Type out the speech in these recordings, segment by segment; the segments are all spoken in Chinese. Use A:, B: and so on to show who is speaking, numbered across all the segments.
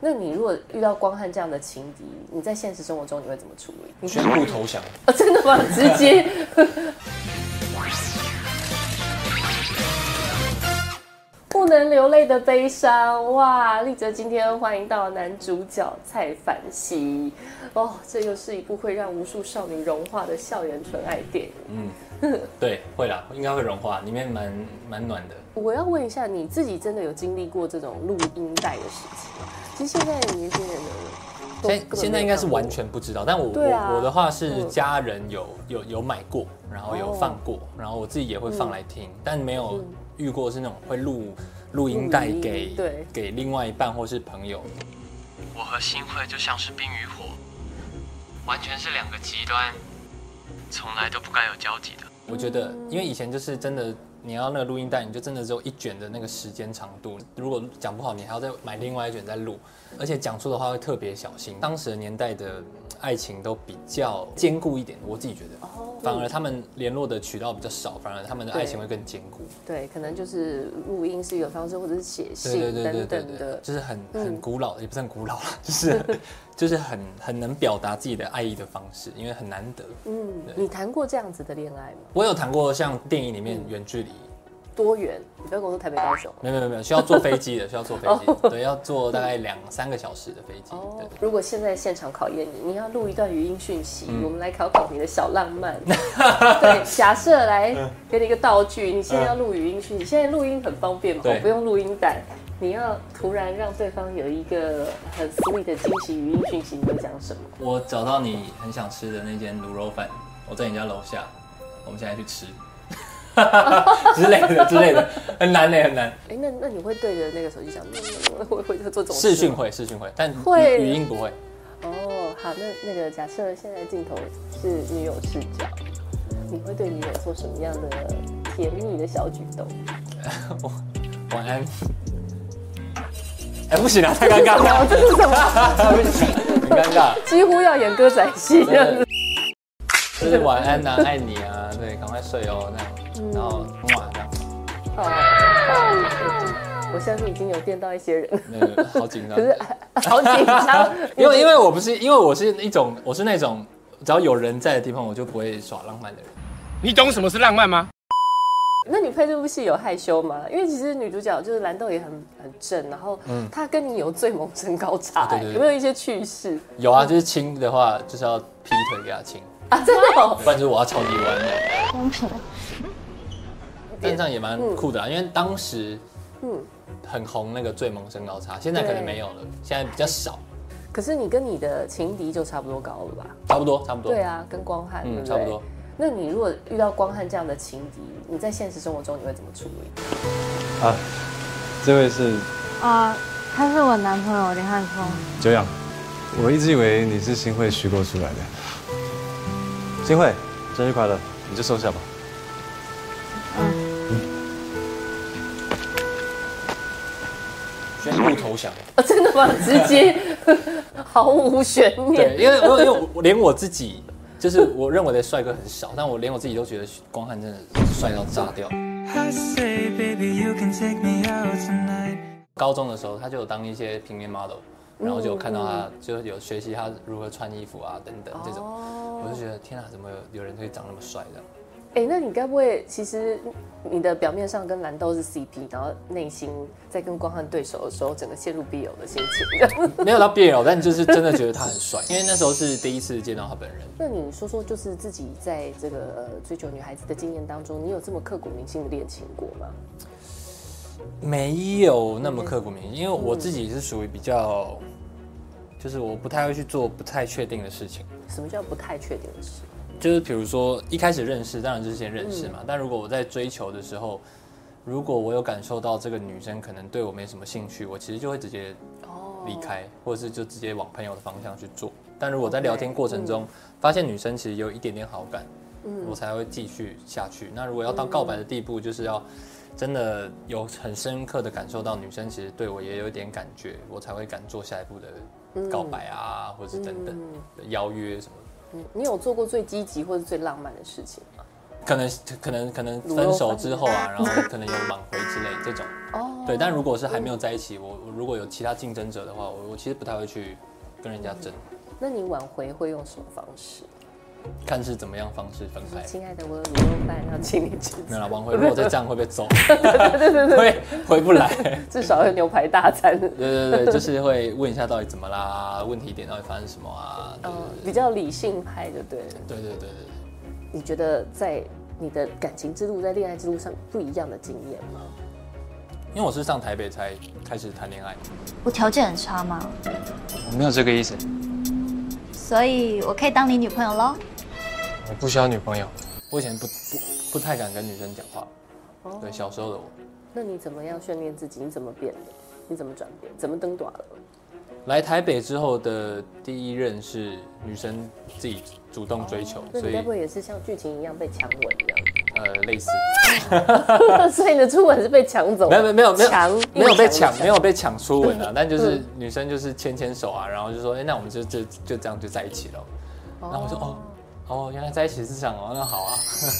A: 那你如果遇到光汉这样的情敌，你在现实生活中你会怎么处理？你
B: 全部投降。
A: 哦，真 的吗？直接？ 不能流泪的悲伤，哇！丽哲今天欢迎到男主角蔡凡熙，哦，这又是一部会让无数少女融化的校园纯爱电影。
B: 对，会啦，应该会融化，里面蛮蛮暖的。
A: 我要问一下，你自己真的有经历过这种录音带的事情吗？其实现在年轻人的都
B: 现
A: 根本没有
B: 现在应该是
A: 看过
B: 完全不知道，但我、
A: 对啊
B: 我我的话是
A: 嗯
B: 家人有有有买过，然后有
A: 哦嗯
B: 放过，然后我自己也会放来听，但没有遇过是那种会录录音
A: 录
B: 带
A: 音
B: 给
A: 对
B: 给另外一半或是朋友。
C: 我和新会就像是冰与火，完全是两个极端，从来都不该有交集的。
B: 我觉得，因为以前就是真的，你要那个录音带，你就真的只有一卷的那个时间长度。如果讲不好，你还要再买另外一卷再录，而且讲出的话会特别小心。当时的年代的嗯爱情都比较坚固一点，我自己觉得。
A: 哦
B: 反而他们联络的渠道比较少，反而他们的爱情会更坚固。
A: 对，可能就是录音是一个方式，或者是写信
B: 对对对对
A: 等
B: 对
A: 等
B: 对
A: 的，。
B: 就是很
A: 嗯
B: 很古老，也不是很古老了， 就是 很就是很很能表达自己的爱意的方式，因为很难得。
A: 嗯
B: 对，
A: 你谈过这样子的恋爱吗？
B: 我有谈过像电影里
A: 嗯
B: 面远距离，
A: 多远？你不要跟我说台北高雄。
B: 没有没有没有，需要坐飞机的，需要坐飞机， 对，要坐大概两三个小时的飞机。
A: 哦
B: 对，对
A: 如果现在现场考验你，你要录一段语音讯息，
B: 嗯
A: 我们来考考你的小浪漫。 对，假设来
B: 嗯
A: 给你一个道具，你现在要录语音讯息，现在录音很方便嘛，
B: 对
A: 哦不用录音带。你要突然让对方有一个很 sweet 的惊喜语音讯息，你会讲什么？
B: 我找到你很想吃的那间卤肉饭，我在你家楼下，我们现在去吃， 之类的之类的，很难嘞，很难。
A: 哎，那那你会对着那个手机讲，嗯我我会会做这种
B: 视
A: 事
B: 讯
A: 吗
B: 会，视讯会，但语
A: 会
B: 语音不会。
A: 哦，好，那那个假设现在镜头是女友视角，你会对女友做什么样的甜蜜的小举 动？
B: 晚安。哎，不行啊，太尴尬了，
A: 这是什么？
B: 不行，很尴尬。
A: 几乎要演歌仔戏这样子。
B: 就是晚安呐、爱你啊，对，赶快睡哦，这样，然后哇，这样，
A: 哦，我相信已经有电到一些人，
B: 那个好紧张
A: 可。 是好紧张。
B: 因为因为我不是因为我是一种我是那种只要有人在的地方我就不会耍浪漫的人。
D: 你懂什么是浪漫吗？
A: 那你配这部戏有害羞吗？因为其实女主角就是蓝豆也很很正，然后她跟你有最萌身高差、
B: 嗯对对对
A: 有没有一些趣事
B: 有啊，就是亲的话就是要劈腿给他亲，
A: 啊？真的、哦，
B: 不然就是我要超级弯的。
A: 嗯
B: 但这样也蛮酷的啊，因为当时
A: 嗯。
B: 很红那个最萌身高差，现在可能没有了，现在比较少，
A: 可是你跟你的情敌就差不多高了吧？
B: 差不多差不多。
A: 对啊，跟光汉，对
B: 嗯，
A: 不对？
B: 差不多。。
A: 那你如果遇到光汉这样的情敌，你在现实生活中你会怎么处理？
E: 啊，这位是
F: 啊、他是我男朋友林汉聪。
E: 久仰，我一直以为你是新会虚构出来的。新会，生日快乐！你就收下吧。
B: 宣布 投降。
A: 哦，真的吗？直接 毫无悬
B: 对，
A: 念。哦
B: 因为我因为我我连我自己就是我认为的帅哥很少，但我连我自己都觉得光汉真的帅到炸掉。
G: I say, baby, you can take me out tonight.
B: 高中的时候，他就有当一些平面 model，然后就有看到他，
A: 嗯
B: 就有学习他如何穿衣服啊等等这种，
A: 哦
B: 我就觉得天啊，怎么有有人会长那么帅这样？
A: 哎、那你该不会其实你的表面上跟蓝豆是 CP，然后内心在跟光汉对手的时候，整个陷入必有的心情？
B: 没有到 BL，但就是真的觉得他很帅，因为那时候是第一次见到他本人。
A: 那你说说，就是自己在这个、呃、追求女孩子的经验当中，你有这么刻骨铭心的恋情过吗？
B: 没有那么刻骨铭心，因为我自己是属于比较，就是我不太会去做不太确定的事情。
A: 什么叫不太确定的事？
B: 就是比如说一开始认识，当然就是先认识嘛。但如果我在追求的时候，如果我有感受到这个女生可能对我没什么兴趣，我其实就会直接离开，或者是就直接往朋友的方向去做。但如果在聊天过程中发现女生其实有一点点好感，我才会继续下去。那如果要到告白的地步，就是要真的有很深刻的感受到女生其实对我也有一点感觉，我才会敢做下一步的告白啊，或者是等等
A: 嗯
B: 的邀约什么的。
A: 你你有做过最积极或者最浪漫的事情吗？
B: 可能可能可能分手之后啊，然后可能有挽回之类这种，
A: 哦，
B: 对，但如果是还没有在一起，我我如果有其他竞争者的话，我我其实不太会去跟人家争，
A: 那你挽回会用什么方式？
B: 看是怎么样方式分开。
A: 亲爱的，我有卤肉饭要请你 吃，
B: 没有啦，挽回如果再这样会被揍，会回不来。
A: 至少有牛排大 餐。
B: 对对对，就是会问一下到底怎么啦，问题点到底发生什么啊？对
A: 嗯，比较理性派，对不对？
B: 对对对对对，
A: 你觉得在你的感情之路、在恋爱之路上不一样的经验吗？
B: 因为我是上台北才开始谈恋爱，
H: 我条件很差吗？
C: 我没有这个意思，
H: 所以我可以当你女朋友喽？
C: 我不需要女朋友。
B: 我以前不不不太敢跟女生讲话。对，小时候的我，
A: 那你怎么样训练自己？你怎么变的？你怎么转变？怎么登短了？
B: 来台北之后的第一任是女生自己主动追求，
A: 那
B: 所
A: 你
B: 以
A: 该不会也是像剧情一样被强吻一
B: 呃类似，
A: 样？ 所以你的初吻是被抢嗯走的？
B: 没有没有没有没有
A: 强
B: 没有被抢，
A: 硬
B: 没有被抢初 吻啊，但就是女生就是牵牵手啊，然后就说，哎、那我们就就就这样就在一起了。然后我说，哦哦，原来在一起是这样哦，那好啊，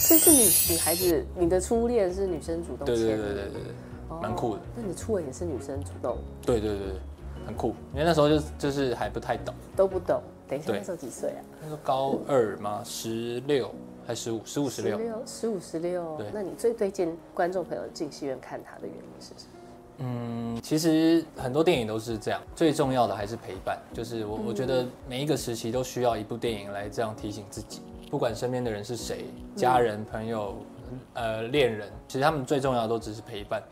A: 这是女女孩子，你的初恋是女生主动
B: 对
A: 牵
B: 对
A: 的，
B: 对对对对，蛮酷的，
A: 那你初吻也是女生主动，
B: 对对对对，很酷，因为那时候就就是还不太懂，
A: 都不懂。等一下，
B: 对
A: 那时候几岁啊？
B: 那时候高二嘛，十六还十五，十五十六，
A: 六、十五、十六
B: 对。
A: 那你最推荐观众朋友进戏院看他的原因是什么？
B: 嗯其实很多电影都是这样，最重要的还是陪伴。就是我我觉得每一个时期都需要一部电影来这样提醒自己，不管身边的人是谁，家人、朋友、呃恋人，其实他们最重要的都只是陪伴。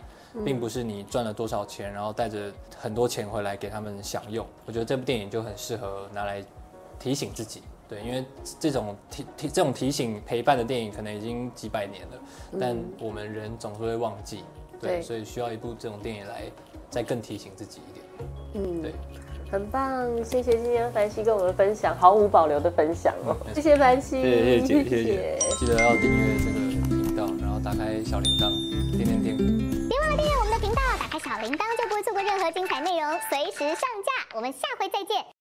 B: 并不是你赚了多少钱，然后带着很多钱回来给他们享用。我觉得这部电影就很适合拿来提醒自己，对，因为这种提提这种提醒陪伴的电影可能已经几百年了，但我们人总是会忘记，嗯对，
A: 对
B: 所以需要一部这种电影来再更提醒自己一点，
A: 嗯
B: 对，
A: 很棒，谢谢今天凡西跟我们分享，毫无保留的分享哦，谢谢凡西，
B: 嗯谢谢姐，谢谢姐，记得要订阅这个频道，然后打开小铃铛，点点点。
I: 别忘了订阅我们的频道，打开小铃铛就不会错过任何精彩内容，随时上架。我们下回再见。